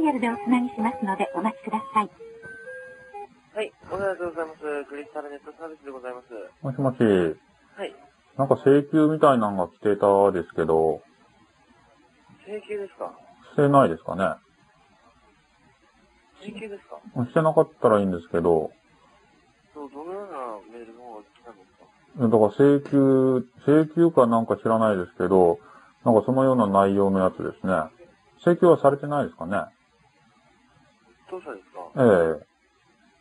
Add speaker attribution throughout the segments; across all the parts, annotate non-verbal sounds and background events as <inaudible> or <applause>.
Speaker 1: イヤルでおつなぎしますのでお待ちください。
Speaker 2: はい、おはようございます。クリスタルネットサービスでございます。は
Speaker 3: もしもし、
Speaker 2: い。
Speaker 3: なんか請求みたいなのが来てたですけど、
Speaker 2: 請求ですか
Speaker 3: してないですかね
Speaker 2: 請求ですか
Speaker 3: してなかったらいいんですけど、
Speaker 2: どどのようなメールの方が来たんですか
Speaker 3: だから請求、請求かなんか知らないですけど、なんかそのような内容のやつですね。請求はされてないですかね
Speaker 2: 当社ですか
Speaker 3: ええ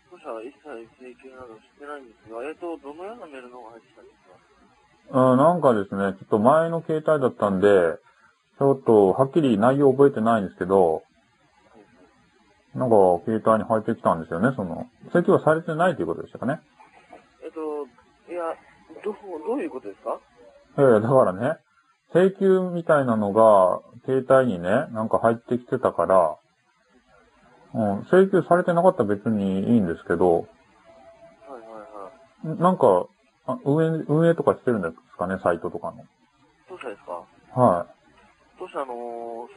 Speaker 2: 当社は一切請求などしてないんですが、えっと、どのようなメールの方が入ってきたんですか
Speaker 3: うん、なんかですね、ちょっと前の携帯だったんで、ちょっとはっきり内容覚えてないんですけど、
Speaker 2: はいはい
Speaker 3: なんか携帯に入ってきたんですよね、その。請求はされてないということでしたかね。
Speaker 2: えっと、いや、どう、どういうことですか
Speaker 3: ええだからね、請求みたいなのが、携帯にね、なんか入ってきてたから、うん、請求されてなかったら別にいいんですけど、
Speaker 2: はいはいはい。
Speaker 3: んなんか、あ運営、運営とかしてるんですかね、サイトとかの。
Speaker 2: 当社ですか
Speaker 3: は
Speaker 2: 当社の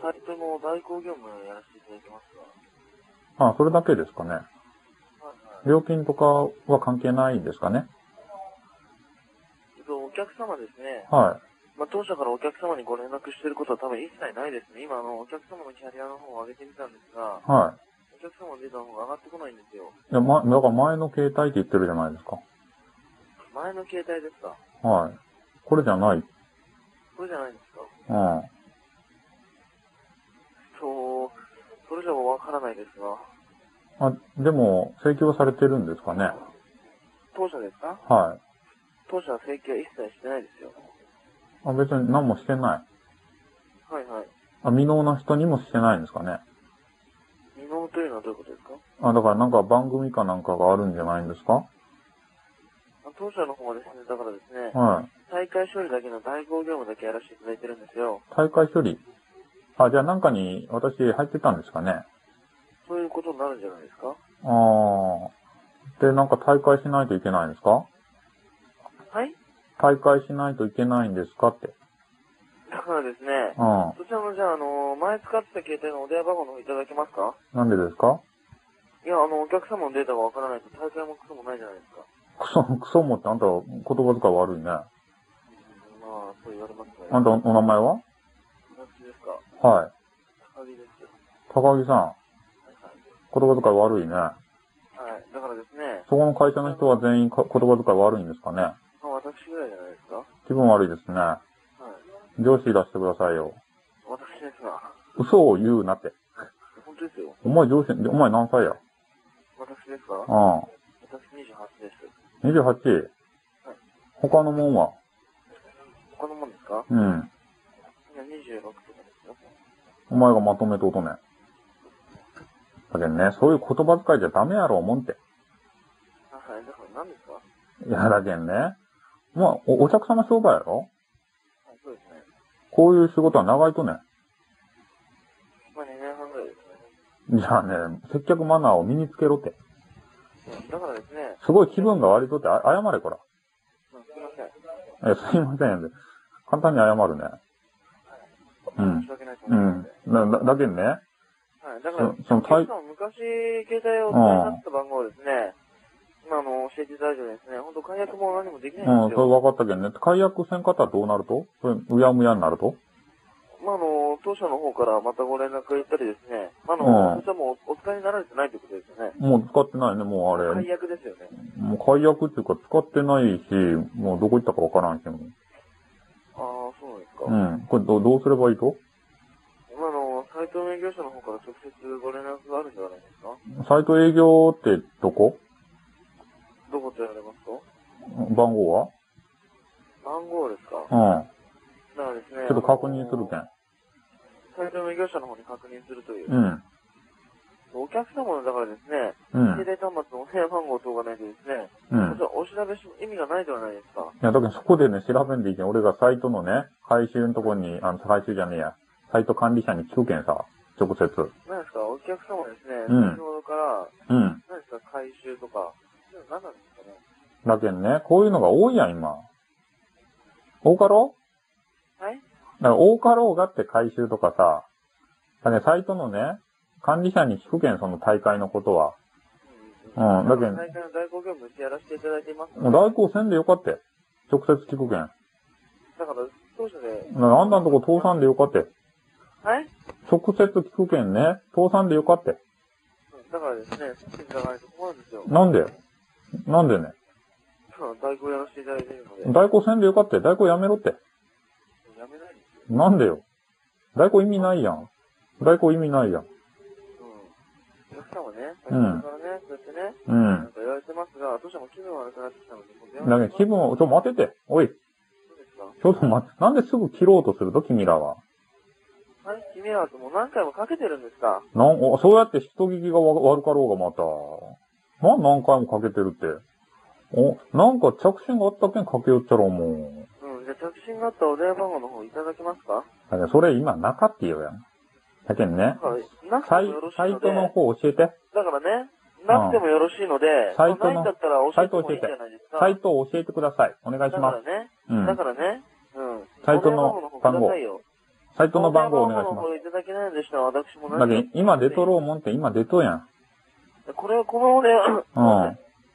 Speaker 2: サイトの代行業務をやらせていただきますが。
Speaker 3: い。あ、それだけですかね。
Speaker 2: はいはい。
Speaker 3: 料金とかは関係ないんですかね。
Speaker 2: えっと、お客様ですね。
Speaker 3: は
Speaker 2: まあ、当社からお客様にご連絡してることは多分一切ないですね。今、あの、お客様のキャリアの方を上げてみたんですが、
Speaker 3: い。はい。
Speaker 2: お客様のデータの方が上がってこないんですよ。
Speaker 3: いや、ま、だから前の携帯って言ってるじゃないですか。
Speaker 2: 前の携帯ですか
Speaker 3: はい。これじゃない。
Speaker 2: これじゃないんですか
Speaker 3: うん。
Speaker 2: そう、それじゃわからないですが。
Speaker 3: あ、でも、請求はされてるんですかね。
Speaker 2: 当社ですか
Speaker 3: は
Speaker 2: 当社は請求は一切してないですよ。
Speaker 3: い。あ、別に何もしてない。
Speaker 2: はいはい。
Speaker 3: あ、未納な人にもしてないんですかね。
Speaker 2: 未納というのはどういうことですか
Speaker 3: あ、だからなんか番組かなんかがあるんじゃないんですか
Speaker 2: まあ当社の方はですね、だからですね、
Speaker 3: はい。
Speaker 2: 大会処理だけの代行業務だけやらせていただいてるんですよ。
Speaker 3: 大会処理。あ、じゃあなんかに私入ってたんですかね。
Speaker 2: そういうことになるんじゃないですか
Speaker 3: あー。で、なんか大会しないといけないんですか
Speaker 2: はい
Speaker 3: 大会しないといけないんですかって。
Speaker 2: だからですね、
Speaker 3: うん。
Speaker 2: そちらのじゃあ、あの、前使ってた携帯のお電話番号の方いただけますか
Speaker 3: なんでですか
Speaker 2: いや、あの、お客様のデータがわからないと大会もクソもないじゃないですか。
Speaker 3: クソ、 <laughs> クソもってあんた言葉遣い悪い
Speaker 2: う
Speaker 3: ね。
Speaker 2: んまあ、そう言われますね。
Speaker 3: あんたお名前は
Speaker 2: 何時ですか
Speaker 3: はい。
Speaker 2: 高木ですよ。
Speaker 3: 高木さん、
Speaker 2: はいはい。
Speaker 3: 言葉遣い悪いね。
Speaker 2: はい。だからですね、
Speaker 3: そこの会社の人は全員か言葉遣い悪いんですかね。
Speaker 2: まあ、私ぐらいじゃないですかは
Speaker 3: 気分悪いですね。
Speaker 2: い。
Speaker 3: 上司出してくださいよ。
Speaker 2: 私ですが、
Speaker 3: 嘘を言うなって。
Speaker 2: 本当ですよ。
Speaker 3: お前上司、お前何歳や
Speaker 2: 私ですか
Speaker 3: う
Speaker 2: 私28です。
Speaker 3: ん。28。他のもんは
Speaker 2: 他のもんですか
Speaker 3: うん。
Speaker 2: みんな26とかですよ。
Speaker 3: お前がまとめておとね。だけどね、そういう言葉遣いじゃダメやろ、もんって。
Speaker 2: はい、だから何ですか
Speaker 3: いや、だけどね。まあ、お、お客様商売やろ
Speaker 2: はい、そうですね。
Speaker 3: こういう仕事は長いとね。
Speaker 2: まあ2年半ぐらいですね。
Speaker 3: じゃあね、接客マナーを身につけろって。
Speaker 2: だからですね、
Speaker 3: すごい気分が悪いとって、あ謝れ、こら。
Speaker 2: まあ、すいません。
Speaker 3: え、すいません。簡単に謝るね。うん
Speaker 2: 申し訳ないと
Speaker 3: う
Speaker 2: 思いま
Speaker 3: ん
Speaker 2: す。。
Speaker 3: だ、だだけどね。
Speaker 2: はい、だから、
Speaker 3: そその
Speaker 2: お客様昔、携帯を使った番号をですね、今あの、教えていただいてですね、本当解約も何もでき
Speaker 3: う、
Speaker 2: なんいんです
Speaker 3: それ
Speaker 2: よ。
Speaker 3: 分かったけどね。解約せんかったらどうなるとそれ、うやむやになると
Speaker 2: まああの、当社の方からまたご連絡いったりですね、まああ
Speaker 3: う
Speaker 2: の、
Speaker 3: ん
Speaker 2: そちらもおお使いになられてないってことですよね。
Speaker 3: もう使ってないね、もうあ
Speaker 2: 解
Speaker 3: れ。
Speaker 2: 約ですよね。
Speaker 3: もう解約っていうか使ってないし、もうどこ行ったか分からんしもう。
Speaker 2: ああ、そうなんですか。
Speaker 3: うん。これどどうすればいいと
Speaker 2: 今あの、サイト営業者の方から直接ご連絡があるんじゃないですか
Speaker 3: サイト営業ってどこ
Speaker 2: どこと言われますと
Speaker 3: 番号は
Speaker 2: 番号ですかだか
Speaker 3: うん。
Speaker 2: らですね。
Speaker 3: ちょっと確認するけん。
Speaker 2: サイト営業者の方に確認するという。
Speaker 3: うん。
Speaker 2: お客様の、だからですね、
Speaker 3: うん。
Speaker 2: 携帯端末のお部屋番号等がないとですね、
Speaker 3: うん。
Speaker 2: そちらお調べし、意味がないではないですか。
Speaker 3: いや、だけどそこでね、調べんでいいけん。俺がサイトのね、回収のとこに、あの、回収じゃねえや。サイト管理者に聞くけんさ、直接。
Speaker 2: 何ですか、お客様ですね、
Speaker 3: うん
Speaker 2: 先ほどから、
Speaker 3: うん。
Speaker 2: 何ですか、回収とか、そういうの何なんですかね。
Speaker 3: だけんね、こういうのが多いやん、今。多かろ
Speaker 2: はい
Speaker 3: だから多かろうがって回収とかさ、だけどサイトのね、管理者に聞くけん、その大会のことは。うんだけど
Speaker 2: 大会の代行業務してやらせていただいています。
Speaker 3: もう代行せんでよかって。直接聞くけん。な
Speaker 2: だから、当初で、
Speaker 3: あんたんとこ倒産でよかって。
Speaker 2: はい
Speaker 3: 直接聞くけんね。倒産でよかって。
Speaker 2: だからですね、させていただかないと困るんですよ。
Speaker 3: なんでなんでね。
Speaker 2: うん代行やらせていただいているので、や
Speaker 3: 代行せんでよかって。代行やめろって。
Speaker 2: めないんですよ。
Speaker 3: なんでよ。代行意味ないやん。代行意味ないや
Speaker 2: う
Speaker 3: ん。
Speaker 2: ん。お客様ね、お客
Speaker 3: うん
Speaker 2: 様からね、そうやってね、
Speaker 3: う
Speaker 2: なん
Speaker 3: ん。
Speaker 2: か言われてますが、どうしても気分悪くなってきたので、もう電
Speaker 3: だ
Speaker 2: 話
Speaker 3: けど気分を、ちょ、待てて。おい、
Speaker 2: そうですか
Speaker 3: ちょっと待って。なんですぐ切ろうとすると、君らは。
Speaker 2: はい、君はもう何回もかけてるんですか
Speaker 3: なんおそうやって人聞きがわ悪かろうがまた。なん何回もかけてるって。お、なんか着信があったけん駆け寄っちゃろうも
Speaker 2: うん、じゃあ着信があったお電話番号の方いただけますか
Speaker 3: う。だけどそれ今なかって言うやん。だけんね。
Speaker 2: はい。なくて
Speaker 3: サ
Speaker 2: も
Speaker 3: イ
Speaker 2: よろしい
Speaker 3: サイ
Speaker 2: ので、
Speaker 3: トの方教えて。
Speaker 2: だからね、なくてもよろしいので、
Speaker 3: サイトの
Speaker 2: まあないんだったら教えてもいいんじゃないですか。
Speaker 3: サイトを教えてください。お願いし
Speaker 2: だか
Speaker 3: ます。
Speaker 2: らね、
Speaker 3: うん
Speaker 2: だ。からね、うん。
Speaker 3: サイトの
Speaker 2: お電話番号の方くださいよ。
Speaker 3: サイトの番号お願いし
Speaker 2: お電話番号
Speaker 3: ま
Speaker 2: の方いただけないのでしたら私も
Speaker 3: す。だ
Speaker 2: 何
Speaker 3: け
Speaker 2: も
Speaker 3: ど今出とろうもんって今出とやん。
Speaker 2: これはこのお電話、
Speaker 3: うん。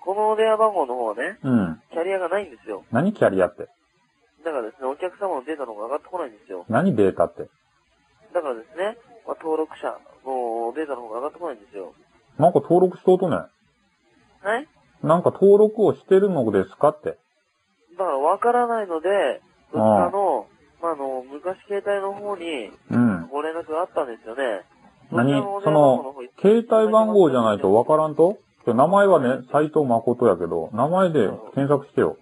Speaker 2: このお電話番号の方はね、
Speaker 3: うん。
Speaker 2: キャリアがないんですよ。
Speaker 3: 何キャリアって。
Speaker 2: だからですね、お客様のデータの方が上がってこないんですよ。
Speaker 3: 何データって。
Speaker 2: だからですね、まあ、登録者のデータの方が上がってこないんですよ。
Speaker 3: なんか登録しとうとね。
Speaker 2: はい
Speaker 3: なんか登録をしてるのですかって。
Speaker 2: だからわからないので、うち
Speaker 3: ああ
Speaker 2: あの、まあ、あの、昔携帯の方に
Speaker 3: うん。
Speaker 2: ご連絡があったんですよね。
Speaker 3: 何
Speaker 2: ちらお電話番号方に
Speaker 3: 携帯番号じゃないとわからんと名前はね、斎藤誠やけど、名前で検索してよ。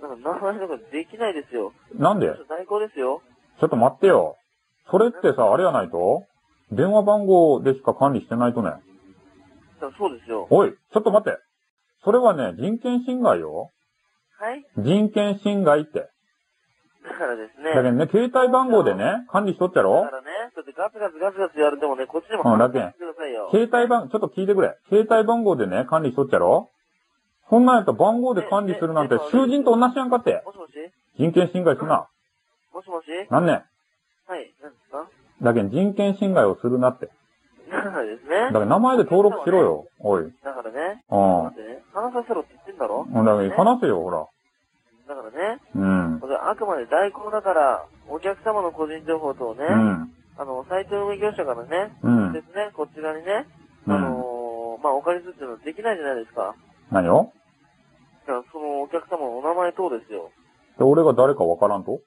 Speaker 2: なんか名前とかできないですよ。
Speaker 3: なんで
Speaker 2: ちょっと代行ですよ。
Speaker 3: ちょっと待ってよ。それってさ、あれやないと電話番号でしか管理してないとね。
Speaker 2: だからそうですよ。
Speaker 3: おい、ちょっと待って。それはね、人権侵害よ。
Speaker 2: はい
Speaker 3: 人権侵害って。
Speaker 2: だからですね。
Speaker 3: だけどね、携帯番号でね、管理しとっちゃろ
Speaker 2: だからね、ちょっとガツガツガツガツやるでもね、こっちでも
Speaker 3: うん
Speaker 2: 話し
Speaker 3: だけん
Speaker 2: てくださいよ。
Speaker 3: 携帯番、ちょっと聞いてくれ。携帯番号でね、管理しとっちゃろそんなんやったら番号で管理するなんて
Speaker 2: ええ、
Speaker 3: 囚人と同じやんかって。
Speaker 2: もしもし
Speaker 3: 人権侵害すな。
Speaker 2: もしもし
Speaker 3: なんねん。
Speaker 2: はい、何ですか <laughs>
Speaker 3: だけど人権侵害をするなって。
Speaker 2: だからです
Speaker 3: だ
Speaker 2: ね
Speaker 3: か。ら名前で登録しろよ。おい。うん。
Speaker 2: だからね、
Speaker 3: だ
Speaker 2: 待ってね、話させろって言ってんだろ
Speaker 3: から話せよ、ほら。
Speaker 2: だからね、
Speaker 3: うん。
Speaker 2: これあくまで代行だから、お客様の個人情報等をね、
Speaker 3: うん。
Speaker 2: あの、サイト運営業者からね、
Speaker 3: うん。
Speaker 2: ですね、こちらにね、
Speaker 3: うん
Speaker 2: あのーまあ、お借りするっていうのはできないじゃないですか。
Speaker 3: 何を
Speaker 2: だから、そのお客様のお名前等ですよ。
Speaker 3: で、俺が誰かわからんと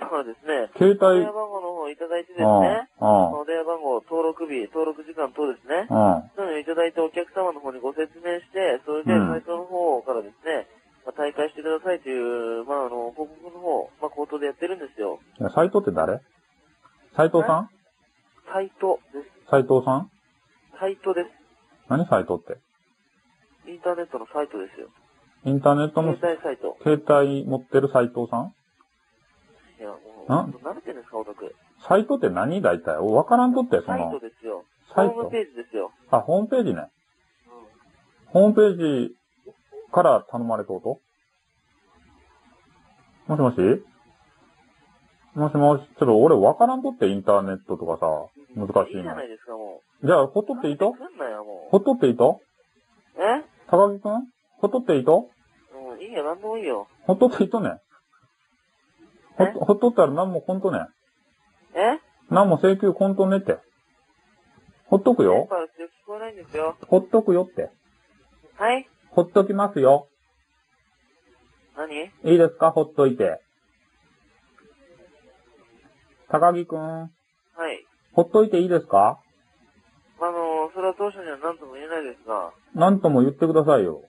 Speaker 2: だからですね、
Speaker 3: 携
Speaker 2: お
Speaker 3: 帯
Speaker 2: 電話、番号の方をいただいてです
Speaker 3: う
Speaker 2: ね、
Speaker 3: ん。
Speaker 2: そのお電話番号、登録日、登録時間等ですね、
Speaker 3: うん。うん。
Speaker 2: そういうのをいただいてお客様の方にご説明して、それで
Speaker 3: うん
Speaker 2: サイトの方からですね、まあ、大会してくださいという、まあ、あの、広告の方、まあ、口頭でやってるんですよ。
Speaker 3: いや斎藤って誰斎藤さん
Speaker 2: サイトです。
Speaker 3: 斎藤さん
Speaker 2: サイトです。
Speaker 3: 何斎藤って
Speaker 2: インターネットのサイトですよ。
Speaker 3: インターネットの
Speaker 2: 携帯サイト。
Speaker 3: 携帯持ってる斎藤さん
Speaker 2: いや、もう、
Speaker 3: あ
Speaker 2: 慣れてるんですか、オタク。
Speaker 3: サイトって何大体わからんとって、そ
Speaker 2: サイト
Speaker 3: の。
Speaker 2: ですよ。ホ
Speaker 3: サイ
Speaker 2: ーム
Speaker 3: ト
Speaker 2: ページですよ。
Speaker 3: あ、ホームページね。
Speaker 2: うん
Speaker 3: ホームページから頼まれたこともしもしもしもし、ちょっと俺わからんとってインターネットとかさ、難しい
Speaker 2: いいじゃ
Speaker 3: な
Speaker 2: ないですか、も
Speaker 3: じゃあ、ほっと
Speaker 2: う。
Speaker 3: っていい
Speaker 2: 慣
Speaker 3: と
Speaker 2: れてくんなよ、もう。
Speaker 3: ほっとっていいと
Speaker 2: え
Speaker 3: 高木くんほっとっていいと
Speaker 2: うん、いいよ、なんでもいいよ。
Speaker 3: ほっとっていいとね。ほっとほっとったら何もこんとね。
Speaker 2: え
Speaker 3: 何も請求こんとねって。ほっとく
Speaker 2: 電
Speaker 3: よ
Speaker 2: 波が強く聞こえないんですよ。
Speaker 3: ほっとくよって。
Speaker 2: はい
Speaker 3: ほっときますよ。
Speaker 2: 何
Speaker 3: いいですかほっといて。高木くん、
Speaker 2: はい。
Speaker 3: ほっといていいですか
Speaker 2: まああの、それは当初には何とも言えないですが、
Speaker 3: なんとも言ってくださいよ。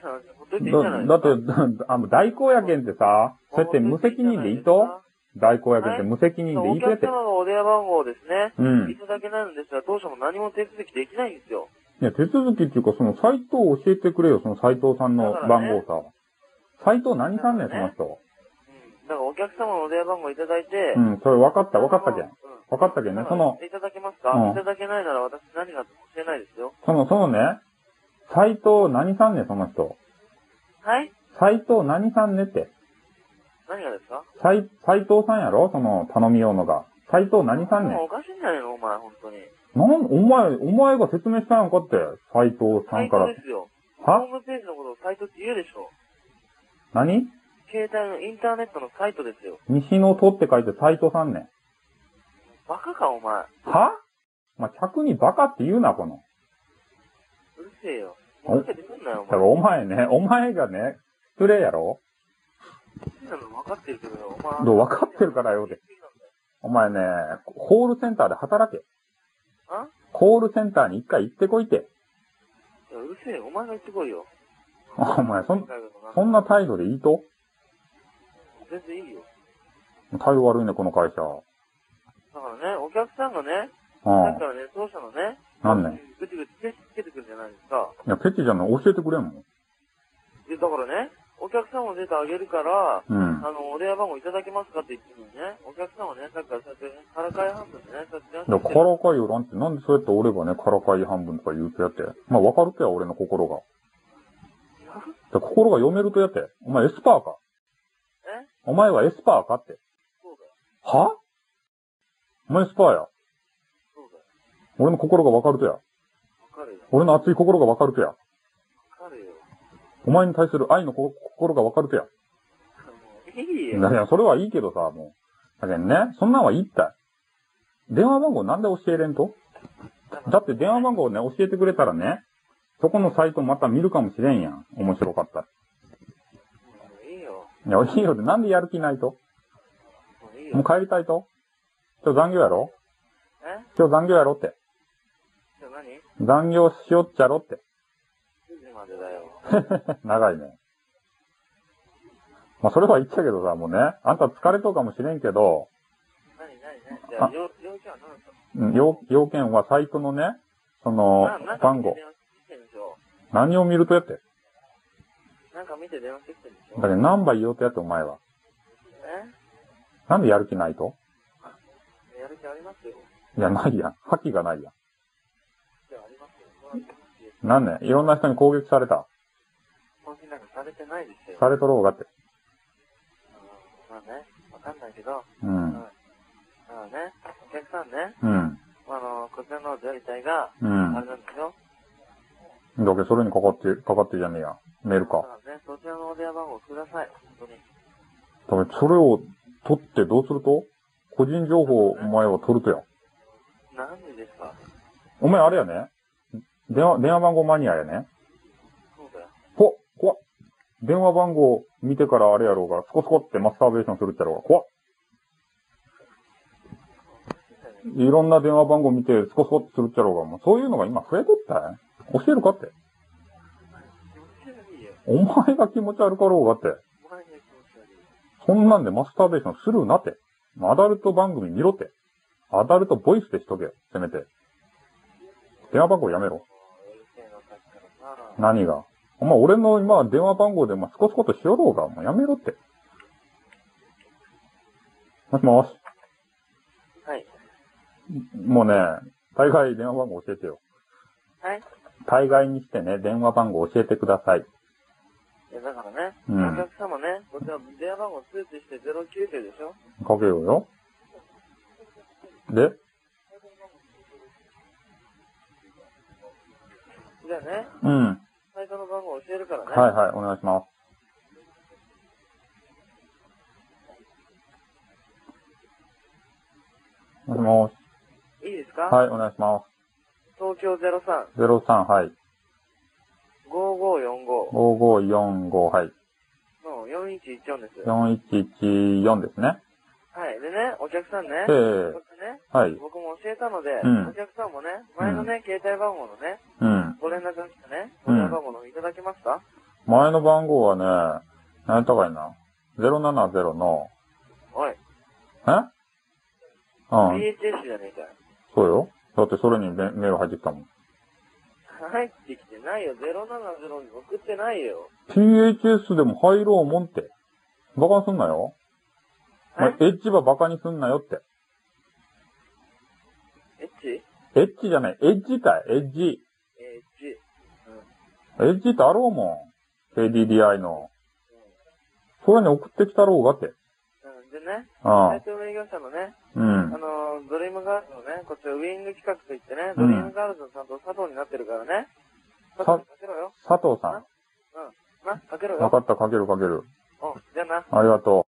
Speaker 2: いやほっといていいじゃないです
Speaker 3: だだ
Speaker 2: か。
Speaker 3: って、 <laughs> だあの、代行やけんってさ、そうやって無責任でいいと代行やけんって無責任でい
Speaker 2: お
Speaker 3: いとや
Speaker 2: 客
Speaker 3: って
Speaker 2: 様。のお電話番号をですね、
Speaker 3: うん
Speaker 2: いただけないのですが、当初も何も手続きできないんですよ。
Speaker 3: いや、手続きっていうか、その、斎藤を教えてくれよ、その斎藤さんの番号さ。斎、藤何さんねん、その人。
Speaker 2: うん。だからお客様のお電話番号をいただいて、
Speaker 3: うん、それ分かった、分かったけん。
Speaker 2: うん
Speaker 3: 分かったけんね、その、
Speaker 2: いただけますか、
Speaker 3: うん
Speaker 2: いただけないなら私何が教えないですよ。
Speaker 3: その、そのね、斎藤何さんねん、その人。
Speaker 2: はい
Speaker 3: 斎藤何さんねって。
Speaker 2: 何がですか
Speaker 3: 斎、斎藤さんやろその、頼みようのが。斎藤何さんねん
Speaker 2: もうおかしいんじゃねえのお前、本当に。
Speaker 3: なん、お前、お前が説明したのかって、斎藤さ
Speaker 2: サ
Speaker 3: ん
Speaker 2: イ
Speaker 3: か
Speaker 2: ト
Speaker 3: ら
Speaker 2: で。すよ。ホ
Speaker 3: は
Speaker 2: ームページのことをサイトって言うでしょ。
Speaker 3: 何
Speaker 2: 携帯のインターネットのサイトですよ。
Speaker 3: 西の戸って書いて斎藤さんねん。
Speaker 2: バカか、お前。
Speaker 3: はまあ、客にバカって言うな、この。
Speaker 2: うるせえよ。
Speaker 3: あ
Speaker 2: もう出てくんなよ、
Speaker 3: だ
Speaker 2: お
Speaker 3: か
Speaker 2: 前
Speaker 3: ら。お前ね、お前がね、失礼やろ
Speaker 2: そんなの分かってるけどよ、お前。
Speaker 3: どう分かってるからよで。お前ね、コールセンターで働け。
Speaker 2: あ
Speaker 3: コールセンターに一回行ってこいって。
Speaker 2: いや、うるせえよ、お前が言ってこいよ。
Speaker 3: お前、そん、
Speaker 2: だけど
Speaker 3: そんな態度でいいと
Speaker 2: 全然いいよ。
Speaker 3: 態度悪いね、この会社。
Speaker 2: だからね、お客さんがね、
Speaker 3: う
Speaker 2: だ
Speaker 3: ん
Speaker 2: か。らね、当社のね、
Speaker 3: なんねん。い
Speaker 2: ぐちぐち手つけてくるじゃないですか。
Speaker 3: や、ケチじゃない、教えてくれんの
Speaker 2: で、だからね、お客さんも出てあげるから、
Speaker 3: うん。
Speaker 2: あの、お電話番号いただけますかって言ってるのにね、お客さんはね、さっきからそうやってね、からかい半分でね、そうやって
Speaker 3: いや、からかいよらんって、なんでそうやって俺がね、からかい半分とか言うとやって。まあ、わかるとや、俺の心が。じゃ心が読めるとやって。お前エスパーか。
Speaker 2: え
Speaker 3: お前はエスパーかって。
Speaker 2: そうだよ、
Speaker 3: はお前エスパーや。
Speaker 2: そうだよ。
Speaker 3: 俺の心がわかるとや。
Speaker 2: わかるよ、
Speaker 3: 俺の熱い心がわかるとや。
Speaker 2: わかるよ。
Speaker 3: お前に対する愛のこ心がわかるとや。
Speaker 2: もういいよ。
Speaker 3: だからそれはいいけどさ、もう。だけどね、そんなんはいいったい。電話番号なんで教えれんとだって電話番号ね、教えてくれたらね、そこのサイトまた見るかもしれんやん。面白かったら
Speaker 2: もういいよ。
Speaker 3: いや、いいよって、なんでやる気ないと
Speaker 2: もういい
Speaker 3: もう
Speaker 2: よ。
Speaker 3: 帰りたいと今日残業やろ
Speaker 2: え
Speaker 3: 今日残業やろって。
Speaker 2: じゃあ何
Speaker 3: 残業しよっちゃろって。
Speaker 2: ?9 時までだよ。
Speaker 3: 長いね。まあ、それは言ったけどさ、もうね、あんた疲れとうかもしれんけど、
Speaker 2: 何何何じゃあ、
Speaker 3: あ
Speaker 2: 要要件は何だった
Speaker 3: うん要、要件はサイトのね、その
Speaker 2: な、なんか
Speaker 3: 番
Speaker 2: 見て
Speaker 3: 号。
Speaker 2: 電話してきてんでしょ
Speaker 3: 何を見るとやって。
Speaker 2: なんか見て電話してきてんでし
Speaker 3: だけ
Speaker 2: ょ
Speaker 3: ど何番言おうとやって、お前は。
Speaker 2: え
Speaker 3: なんでやる気ないと
Speaker 2: やる気ありますよ。
Speaker 3: いや、ないやん。覇気がないや
Speaker 2: じゃあ、ありますよ。そんなこと言って
Speaker 3: ん。なんね、いろんな人に攻撃された。
Speaker 2: 本気なんかされてないですよ。
Speaker 3: されとろうがって。
Speaker 2: まあね、わかんないけど、う
Speaker 3: う
Speaker 2: ん
Speaker 3: ん。
Speaker 2: まあね、お客さんね、
Speaker 3: うん。
Speaker 2: あの、こちらの自衛隊が、
Speaker 3: うん。
Speaker 2: あ
Speaker 3: だ
Speaker 2: れなんですよ。
Speaker 3: けど、それにかかって、かかってじゃねえや。メールか。
Speaker 2: だからね、そちらのお電話番号ください。本当に。
Speaker 3: だからそれを取ってどうすると個人情報をお前は取るとや。
Speaker 2: なんでですか
Speaker 3: お前あれやね。電話、電話番号マニアやね。
Speaker 2: そうだよ。
Speaker 3: ほっ、怖っ。電話番号見てからあれやろうが、スコスコってマスターベーションするってやろうが、怖っ。いろんな電話番号見てスコスコってするってやろうが、もうそういうのが今増えてったね教えるかって。
Speaker 2: 気持ち悪いよ。
Speaker 3: お前が気持ち悪かろうがって。
Speaker 2: お前には気持ち悪いよ。
Speaker 3: そんなんでマスターベーションするなって。アダルト番組見ろって。アダルトボイスでしとけ、せめて。電話番号やめ
Speaker 2: もう
Speaker 3: ろ。
Speaker 2: うるせえのさっきからさ。
Speaker 3: 何がお前、俺の今、電話番号で、まあ、スコスコとしよろうが、もうやめろって。もしもし。
Speaker 2: はい。
Speaker 3: もうね、大概電話番号教えてよ。
Speaker 2: はい。
Speaker 3: 大概にしてね、電話番号教えてください。
Speaker 2: いや、だからね、
Speaker 3: うん
Speaker 2: お客様ね、こちら電話番号通知して090でしょ
Speaker 3: かけようよ。で、
Speaker 2: じゃあね、
Speaker 3: うん。は
Speaker 2: サイトの番号教えるからね。
Speaker 3: いはい、お願いします。もしもし。
Speaker 2: い。いですか
Speaker 3: はい、お願いしま
Speaker 2: 東京03。
Speaker 3: す。03、はい。
Speaker 2: 5545
Speaker 3: 5545、はい。
Speaker 2: の4114です。は
Speaker 3: 4114ですね。
Speaker 2: い。でね、お客さんね、
Speaker 3: ええ
Speaker 2: こっちね、
Speaker 3: はい。
Speaker 2: 僕も教えたので、
Speaker 3: うん
Speaker 2: お客さんもね、前のね、携帯番号のね、
Speaker 3: うん。
Speaker 2: ご連絡が来たね、
Speaker 3: う
Speaker 2: ご
Speaker 3: ん
Speaker 2: 連絡番号の方いただけますか、
Speaker 3: 前の番号はね、何やったかいな。070の、
Speaker 2: おい、
Speaker 3: えうん、
Speaker 2: PHS じゃねえかよ。
Speaker 3: そうよ。だってそれにメメール入ってきたもん。
Speaker 2: 入ってきてないよ。070に送ってないよ。
Speaker 3: PHS でも入ろうもんって。バカにすんなよ。お前
Speaker 2: え
Speaker 3: エッジはバカにすんなよって。
Speaker 2: エッチ
Speaker 3: エッジじゃない。エッジかい、エッジ。
Speaker 2: エッチ。
Speaker 3: エッジってあろうもん。KDDI の。それに送ってきたろうがって。
Speaker 2: うん、でね、ね、
Speaker 3: あ
Speaker 2: 大統領営業者のね、
Speaker 3: う
Speaker 2: あ
Speaker 3: ん。
Speaker 2: のードリームガールズのね、こっちはウィング企画といってね、ドリームガールズの担当佐藤になってるからね。
Speaker 3: うん
Speaker 2: 佐藤にかけろよ。
Speaker 3: 佐藤さ
Speaker 2: な、かけろ
Speaker 3: ん。
Speaker 2: よ。
Speaker 3: わかった、かけるかける。
Speaker 2: うん、じゃあな。
Speaker 3: ありがとう。